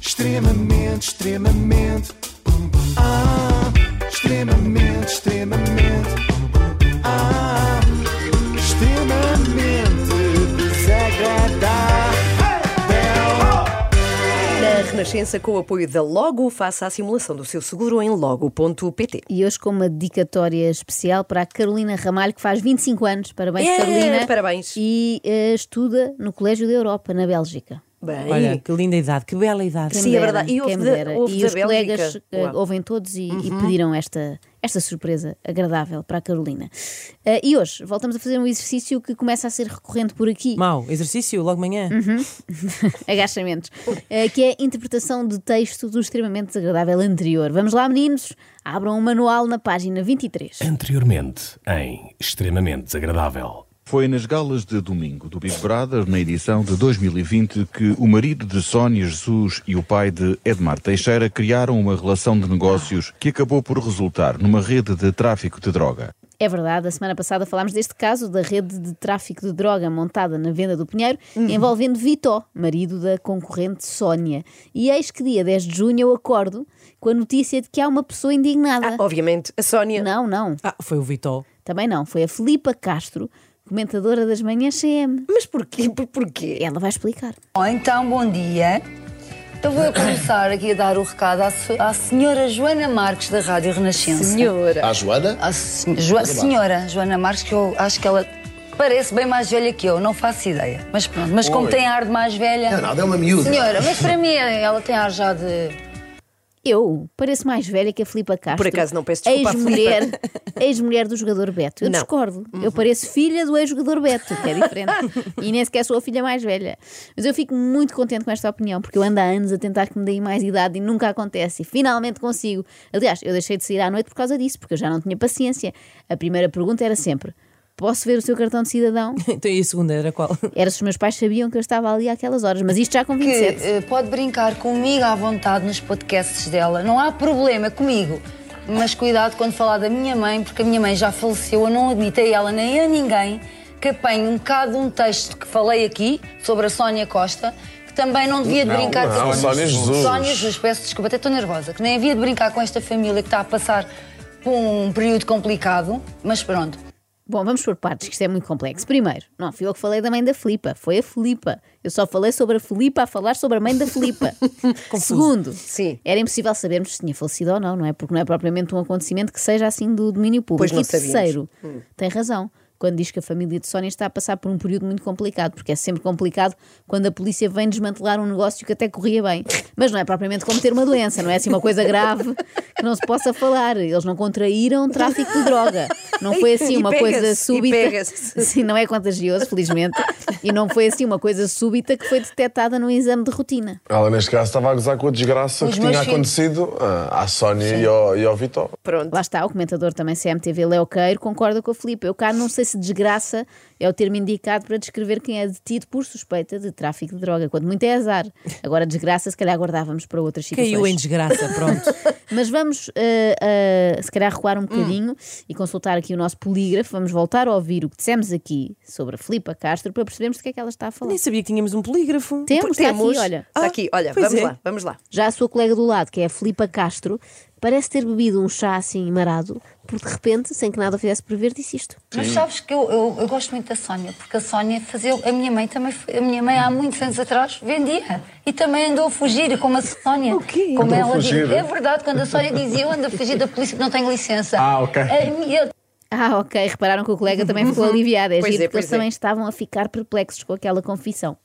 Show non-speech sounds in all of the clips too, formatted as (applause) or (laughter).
extremamente, extremamente. Ah, extremamente, extremamente. Ah, extremamente desagradável. Na Renascença, com o apoio da Logo, faça a simulação do seu seguro em logo.pt. E hoje com uma dedicatória especial para a Carolina Ramalho, que faz 25 anos. Parabéns, É, Carolina. parabéns. E eh, estuda no Colégio da Europa, na Bélgica. Bem, Olha, que linda idade, que bela idade. Quem Sim, me é verdade. E quem houve me da- dera. houve E da os colegas Bélgica. Uhum. eh, Uau. ouvem todos e, e pediram esta, esta surpresa agradável para a Carolina. Eh, e hoje voltamos a fazer um exercício que começa a ser recorrente por aqui. Mau, exercício, logo amanhã. (laughs) agachamentos, eh, que é a interpretação de texto do extremamente desagradável anterior. Vamos lá, meninos, abram o manual na página 23. Anteriormente, em Extremamente Desagradável. Foi nas galas de domingo do Big Brother, na edição de 2020, que o marido de Sónia Jesus e o pai de Edmar Teixeira criaram uma relação de negócios que acabou por resultar numa rede de tráfico de droga. É verdade, a semana passada falámos deste caso da rede de tráfico de droga montada na venda do Pinheiro, envolvendo Vitó, marido da concorrente Sónia. E eis que dia 10 de junho eu acordo com a notícia de que há uma pessoa indignada. ah, obviamente, a Sónia. Não, não, Ah, foi o Vitó. também não. Foi a Filipa Castro, comentadora das manhãs CM. Mas porquê? Por- Porquê? Ela vai explicar. Bom, Então, bom dia. Eu vou começar aqui a dar o recado à, se- à senhora Joana Marques da Rádio Renascença. Senhora. À Joana? A sen- Jo- senhora Joana Marques, que eu acho que ela parece bem mais velha que eu, não faço ideia. Mas pronto, mas como Oi. tem ar de mais velha. Não, nada, é uma miúda. Senhora, mas para mim é, ela tem ar já de. Eu pareço mais velha que a Filipa Castro. Por acaso não peço desculpa à Ex-mulher, ex-mulher do jogador Beto. Eu Não. Uhum. discordo. Eu pareço filha do ex-jogador Beto, que é diferente. e nem sequer sou a filha mais velha. Mas eu fico muito contente com esta opinião, porque eu ando há anos a tentar que me deem mais idade e nunca acontece. E finalmente consigo. Aliás, eu deixei de sair à noite por causa disso, porque eu já não tinha paciência. A primeira pergunta era sempre: posso ver o seu cartão (laughs) de cidadão? Então, e a segunda era qual? Era se os meus pais sabiam que eu estava ali àquelas horas, mas isto já com que 27. eh, pode brincar comigo à vontade nos podcasts dela. Não há problema comigo. Mas cuidado quando falar da minha mãe, porque a minha mãe já faleceu. Eu não admito a ela nem a ninguém que apanhe um bocado de um texto que falei aqui sobre a Sónia Costa, que também não devia de Não, brincar não, Sónia Jesus. Sónia Jesus, peço desculpa, até estou nervosa, que nem havia de brincar com esta família que está a passar por um período complicado, mas pronto. Bom, vamos por partes, que isto é muito complexo. Primeiro, não fui eu que falei da mãe da Filipa, foi a Filipa. Eu só falei sobre a Filipa a falar sobre a mãe (laughs) da Filipa. Segundo, Sim. era impossível sabermos se tinha falecido ou não, não é? Porque não é propriamente um acontecimento que seja assim do domínio público. Pois não e sabíamos. Hum. terceiro, tem razão. Quando diz que a família de Sónia está a passar por um período muito complicado, porque é sempre complicado quando a polícia vem desmantelar um negócio que até corria bem. Mas não é propriamente como ter uma doença, não é assim uma coisa grave que não se possa falar. Eles não contraíram tráfico de droga. Não foi assim E uma pega-se, coisa e súbita. pega-se. (laughs) Sim, não é contagioso, felizmente. E não foi assim uma coisa súbita que foi detectada num exame de rotina. Ela, neste caso, estava a gozar com a desgraça Os que meus tinha filhos. acontecido ah, à Sónia e ao, e ao Vitor. Pronto. Lá está, o comentador também CMTV Leo Queiro concorda com a Filipe. Eu cá não sei se desgraça é o termo indicado para descrever quem é detido por suspeita de tráfico de droga, quando muito é azar. Agora, desgraça, se calhar guardávamos para outras situações. Caiu em desgraça, pronto. (laughs) Mas vamos, eh, eh, se calhar, recuar um bocadinho e consultar aqui o nosso polígrafo. Vamos voltar a ouvir o que dissemos aqui sobre a Filipa Castro para percebermos do que é que ela está a falar. Nem sabia que tínhamos um polígrafo. Temos, está aqui, Temos. olha. Está Ah, aqui, olha, pois vamos é. lá, vamos lá. Já a sua colega do lado, que é a Filipa Castro, parece ter bebido um chá assim marado, porque de repente, sem que nada o fizesse prever, disse isto. Mas sabes que eu, eu, eu gosto muito da Sónia, porque a Sónia fazia. A minha mãe também. foi- A minha mãe há muitos anos atrás vendia. E também andou a fugir, como a Sónia. O quê? Como Andou a ela fugir? dizia. É verdade, quando a Sónia dizia eu ando a fugir da polícia porque não tenho licença. Ah, ok. A minha- Ah, ok, repararam que o colega também (laughs) ficou aliviado. É Pois giro, é, porque pois eles é. também estavam a ficar perplexos com aquela confissão.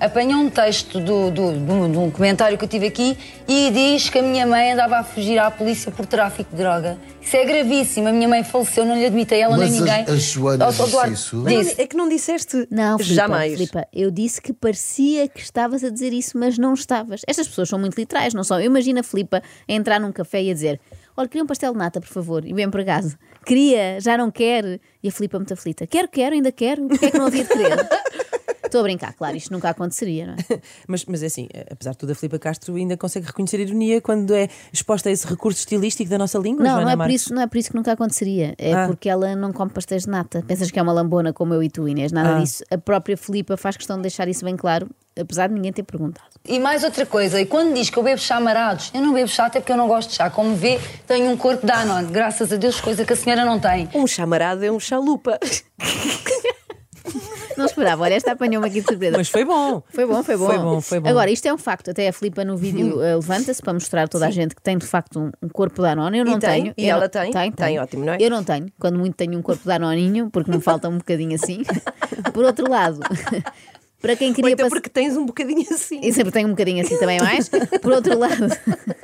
apanhou um texto do, do, do- de um comentário que eu tive aqui e diz que a minha mãe andava a fugir à polícia por tráfico de droga. Isso é gravíssimo. A minha mãe faleceu, não lhe admitei ela Mas nem a- ninguém. a Joana Ó, ó, disse Duarte, isso? Disse. É que não disseste Não, Filipa, jamais. Filipa, eu disse que parecia que estavas a dizer isso, mas não estavas. Estas pessoas são muito literais, não são? Eu imagino a Filipa a entrar num café e a dizer: Olha, queria um pastel de nata, por favor. E bem por acaso, (laughs) queria, já não quer. E a Filipa muito aflita: Quero, quero, ainda quero. Porquê é que não havia de querer? Estou a brincar, claro, isto nunca aconteceria, não é? Mas, mas é assim, eh, apesar de tudo, a Filipa Castro ainda consegue reconhecer a ironia quando é exposta a esse recurso estilístico da nossa língua, Não, Joana não é, por Marques. isso, não é por isso que nunca aconteceria. É Ah. porque ela não come pastéis de nata. Pensas que é uma lambona como eu e tu, Inês? Ah. Nada disso. A própria Filipa faz questão de deixar isso bem claro, apesar de ninguém ter perguntado. E mais outra coisa, e quando diz que eu bebo chá marados, eu não bebo chá até porque eu não gosto de chá. Como vê, tenho um corpo da Danone, graças a Deus, coisa que a senhora não tem. Um chamarado é um chalupa. Não esperava, olha, esta apanhou-me aqui de surpresa. Mas foi bom. Foi bom, foi bom. Foi bom, foi bom. Agora, isto é um facto. Até a Filipa no vídeo Uhum. eh, levanta-se para mostrar a toda a gente que tem de facto um, um corpo da Anona. Eu não tem? tenho. E Eu ela não- tem? Tem, Tem, tenho. ótimo, não é? Eu não tenho. Quando muito tenho um corpo da Anoninho, porque me falta um bocadinho assim. (laughs) Por outro lado, (laughs) para quem (laughs) Ou queria então passar. porque tens um bocadinho assim. E sempre tenho um bocadinho assim também mais. Por outro lado, (laughs)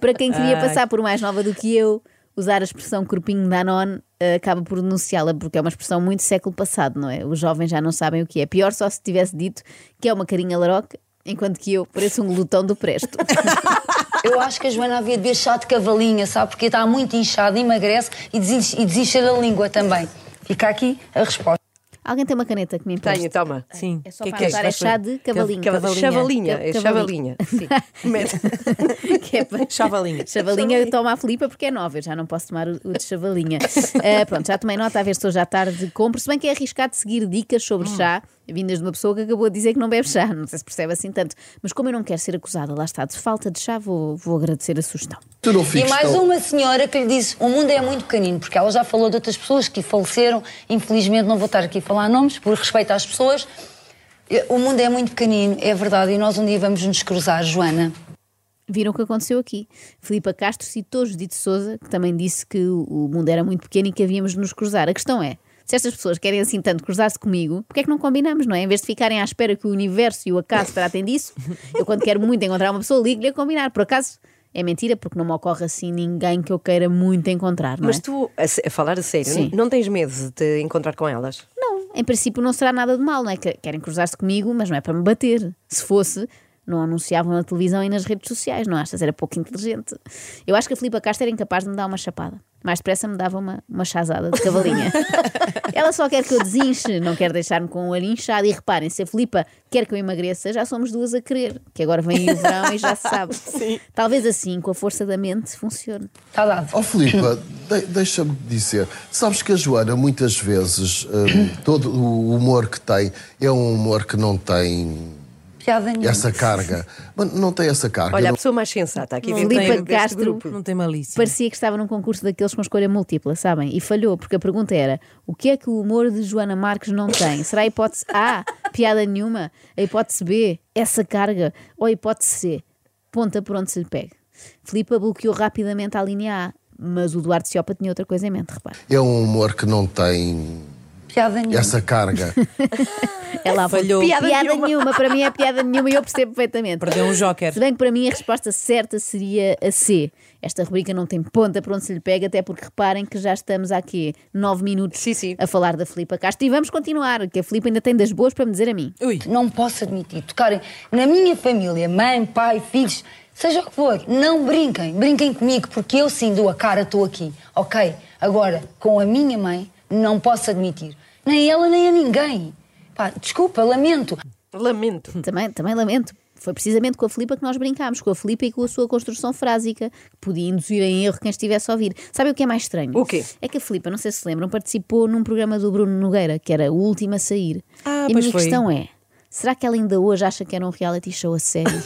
para quem queria Ai. passar por mais nova do que eu, usar a expressão corpinho da Anon acaba por denunciá-la, porque é uma expressão muito século passado, não é? Os jovens já não sabem o que é. Pior só se tivesse dito que é uma carinha laroca, enquanto que eu pareço um glutão do (laughs) presto. Eu acho que a Joana havia de ver chá de cavalinha, sabe? Porque está muito inchada, emagrece e desincha, e desincha a língua também. Fica aqui a resposta. Alguém tem uma caneta que me empreste? Tenho, toma. Sim. É só Que é para que é? anotar, é chá de cavalinho. Cava- Chavalinha, é chavalinha. Cavalinho. (laughs) Sim. Mete. (laughs) Que é para- Chavalinha. Chavalinha toma a Filipa porque é nova, eu já não posso tomar o o de (laughs) chavalinha. Ah, pronto, já tomei nota a ver se hoje à tarde compro, se bem que é arriscado seguir dicas sobre chá, vindas de uma pessoa que acabou de dizer que não bebe chá, não sei se percebe assim tanto. Mas como eu não quero ser acusada, lá está, de falta de chá, vou, vou agradecer a sugestão. Tu não E fiques mais um. tão... uma senhora que lhe disse: o mundo é muito pequenino, porque ela já falou de outras pessoas que faleceram. Infelizmente, não vou estar aqui a falar nomes, por respeito às pessoas. Eh, O mundo é muito pequenino, é verdade, e nós um dia vamos nos cruzar, Joana. Viram o que aconteceu aqui. Filipa Castro citou Judite Souza, que também disse que o o mundo era muito pequeno e que havíamos de nos cruzar. A questão é, se estas pessoas querem assim tanto cruzar-se comigo, porque é que não combinamos, não é? Em vez de ficarem à espera que o universo e o acaso tratem disso, eu quando quero muito encontrar uma pessoa, ligo-lhe a combinar. Por acaso, é mentira, porque não me ocorre assim ninguém que eu queira muito encontrar, não é? Mas tu, a, se- a falar a sério, Sim. não tens medo de te encontrar com elas? Não, em princípio não será nada de mal, não é? Que- Querem cruzar-se comigo, mas não é para me bater. Se fosse, não anunciavam na televisão e nas redes sociais, não achas? Era pouco inteligente. Eu acho que a Filipa Castro era incapaz de me dar uma chapada. Mais depressa me dava uma, uma chazada de cavalinha. Ela só quer que eu desinche, não quer deixar-me com o olho inchado. E reparem, se a Filipa quer que eu emagreça, já somos duas a querer. Que agora vem o verão e já se sabe. Talvez assim, com a força da mente, funcione. Está Tá dado. Oh, Ó Filipa, Oh, de- deixa-me dizer, sabes que a Joana muitas vezes hum, todo o humor que tem é um humor que não tem Piada nenhuma. essa carga. Mas não tem essa carga. Olha, a não- pessoa mais sensata aqui Não dentro tem- deste Castro. grupo. Não tem malícia. Parecia que estava num concurso daqueles com escolha múltipla, sabem? E falhou, porque a pergunta era: o que é que o humor de Joana Marques não tem? Será a hipótese A, piada nenhuma? A hipótese B, essa carga? Ou a hipótese C, ponta por onde se lhe pega? Filipa bloqueou rapidamente a linha A, mas o Duarte Ciopa tinha outra coisa em mente, repare. É um humor que não tem Piada nenhuma. essa carga. Ela Falhou. apontou, Piada, Piada nenhuma. nenhuma." para mim é piada nenhuma e eu percebo perfeitamente. Perdeu um joker. Se bem que para mim a resposta certa seria a C. Esta rubrica não tem ponta para onde se lhe pega, até porque reparem que já estamos há aqui 9 minutos Sim, sim. a falar da Filipa Castro. E vamos continuar, que a Filipa ainda tem das boas para me dizer a mim. Ui, Não posso admitir. Tocarem na minha família, mãe, pai, filhos, seja o que for, não brinquem. Brinquem comigo, porque eu sim dou a cara, estou aqui. Ok? Agora, com a minha mãe, não posso admitir. Nem ela, nem a ninguém. Pá, desculpa, lamento. Lamento. Também, também lamento. Foi precisamente com a Filipa que nós brincámos, com a Filipa e com a sua construção frásica, que podia induzir em erro quem estivesse a ouvir. Sabe o que é mais estranho? O quê? É que a Filipa, não sei se se lembram, participou num programa do Bruno Nogueira, que era o último a sair. Ah, e a pois minha foi. questão é: será que ela ainda hoje acha que era um reality show (laughs) a sério?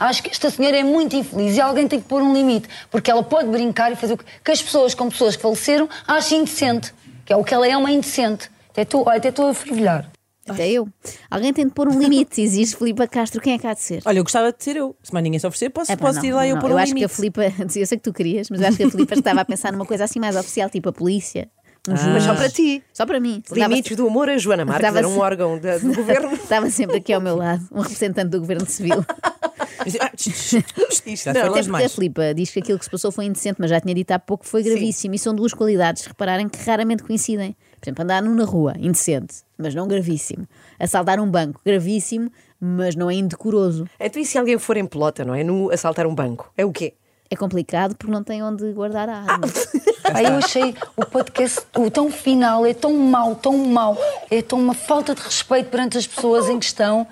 Acho que esta senhora é muito infeliz e alguém tem que pôr um limite, porque ela pode brincar e fazer o que, que as pessoas com pessoas que faleceram achem indecente, que é o que ela é uma indecente. Até estou até estou a fervilhar. Até eu. Alguém tem de pôr um limite, exige Filipa Castro, quem é que há de ser? olha, eu gostava de ser eu. Se mais ninguém se oferecer, posso, Epá, posso não, ir lá e eu não, pôr eu um acho que limite. a Filipa, (laughs) eu sei que tu querias, mas eu acho que a Filipa estava a pensar numa coisa assim mais oficial, tipo a polícia. Um Mas juiz. só para ti. Só para mim. Limites do humor a Joana Marques, Dava-se- era um órgão da- (laughs) do governo. Estava sempre aqui ao meu lado, um representante do governo civil. Ah, tch, tch, tch, isto já Não, foram Até as porque a mais. Filipa diz que aquilo que se passou foi indecente, mas já tinha dito há pouco que foi gravíssimo. E são duas qualidades, repararem, que raramente coincidem. Por exemplo, andar nu na rua, indecente, mas não gravíssimo. Assaltar um banco, gravíssimo, mas não é indecoroso. Então, e se alguém for em pelota, não é? No assaltar um banco? É o quê? Ah, É complicado porque não tem onde guardar a arma. Pá, eu achei o podcast o tão final, é tão mau, tão mau, é tão uma falta de respeito perante as pessoas em questão.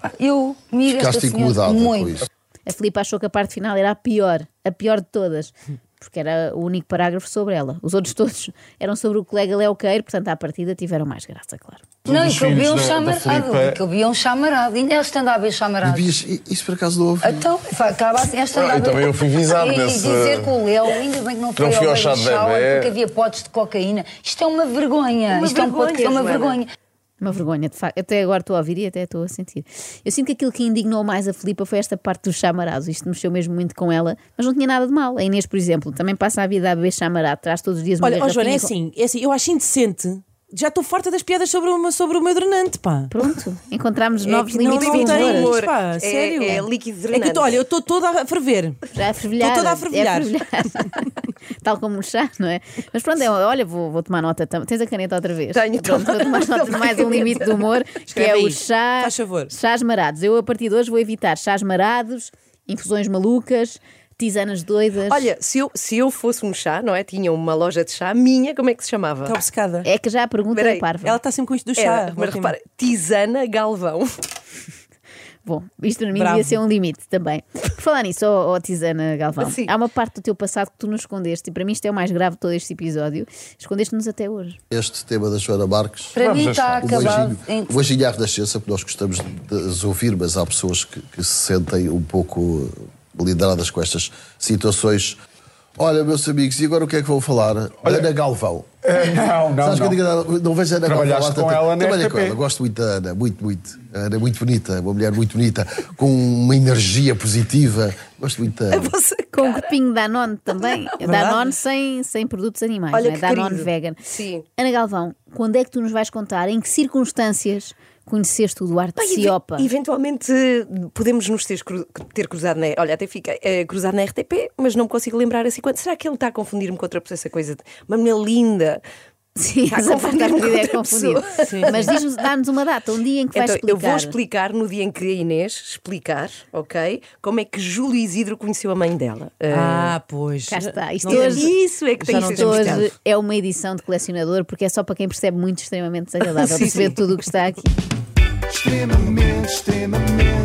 Pá, Eu, comigo, esta Ficaste senhora, incomodado com muito. isso. A Filipe achou que a parte final era a pior, a pior de todas, porque era o único parágrafo sobre ela. Os outros todos eram sobre o colega Leoqueiro, portanto, à partida tiveram mais graça, claro. Não, dos e que eu vi um filhos da- da chamarado, Filipa- que eu vi um chamarado, ainda esta andava a chamarado. Devias- i- Isso por acaso não houve. Então, fa- acaba assim, esta Ah, andava- e também eu fui visado E- e nesse- dizer que o Léo, ainda bem que não foi fui ao baby chá de shower, bebê. porque havia potes de cocaína. Isto é uma vergonha. Uma Isto é um podcast, é uma vergonha, Joana. vergonha. Uma vergonha, de facto. Até agora estou a ouvir e até estou a sentir. Eu sinto que aquilo que indignou mais a Filipa foi esta parte dos chamarados. Isto mexeu mesmo muito com ela, mas não tinha nada de mal. A Inês, por exemplo, também passa a vida a beber chamarado, traz todos os dias uma Olha, ó, Joana, é garrafinha com- assim, é assim, eu acho indecente. Já estou farta das piadas sobre, uma, sobre o meu drenante, pá. Pronto, encontramos É novos que limites não, não de tem humor. humor, pá, É- sério. é líquido É que eu tô- drenante. olha, eu estou toda a ferver. Já a fervilhar. Estou toda a é fervilhar. (laughs) Tal como o chá, não é? Mas pronto, é, olha, vou, vou tomar nota. tam- Tens a caneta outra vez. Tenho, pronto, toma- vou (laughs) tomar nota de toma mais a um limite de humor, que Escreve é aí, o chá. faz favor. Chás marados. Eu, a partir de hoje, vou evitar chás marados, infusões malucas, tisanas doidas. Olha, se eu, se eu fosse um chá, não é? Tinha uma loja de chá, minha, como é que se chamava? Está Tá obcecada. É que já a pergunta Espera é aí, parva. Ela está sempre com isto do chá. Era, É, mas ótimo. repara, Tisana Galvão. (laughs) Bom, isto para mim Bravo. devia ser um limite também. Por falar nisso, ó, ó Tisana Galvão, Sim. há uma parte do teu passado que tu nos escondeste e para mim isto é o mais grave de todo este episódio. Escondeste-nos até hoje. Este tema da Joana Marques. Para Vamos mim está deixar. O acabado. beijinho- Em- O beijinho à Renascença, porque nós gostamos de as ouvir, mas há pessoas que, que se sentem um pouco lideradas com estas situações. Olha, meus amigos, e agora o que é que vão falar? Ana Galvão. eh, Não, não, (laughs) Sabes que eu digo, não, não vejo a Ana Trabalhaste Galvão. há com tanto- ela na Trabalhei RTP. com ela, gosto muito da Ana, muito, muito. A Ana é muito bonita, uma mulher muito bonita, com uma energia positiva. Gosto muito da Ana. Com um copinho da Danone (laughs) também. Verdade. Danone sem, sem produtos animais, Olha não é? que Danone querido. vegan. Sim. Ana Galvão, quando é que tu nos vais contar em que circunstâncias conheceste o Duarte Pá, eve- Ciopa? Eventualmente eh, podemos nos ter, cru- ter cruzado na. Olha, até fica eh, cruzado na RTP, mas não me consigo lembrar assim quando. Será que ele está a confundir-me com outra pessoa? Essa coisa de uma mulher linda. (laughs) Sim, Está a essa parte da confundir-me medida é com outra confundida. (laughs) pessoa. Mas diz-nos, dá-nos uma data, um dia em que vais Então, explicar. eu vou explicar no dia em que a Inês explicar, ok? Como é que Júlio Isidro conheceu a mãe dela. Eh, Ah, pois. Cá está, isto Não tem- hoje- Isso é que Já tem que não ser Isto explicado. hoje é uma edição de colecionador porque é só para (laughs) quem percebe muito extremamente desagradável perceber tudo o que está aqui. extremamente, Ah, extremamente.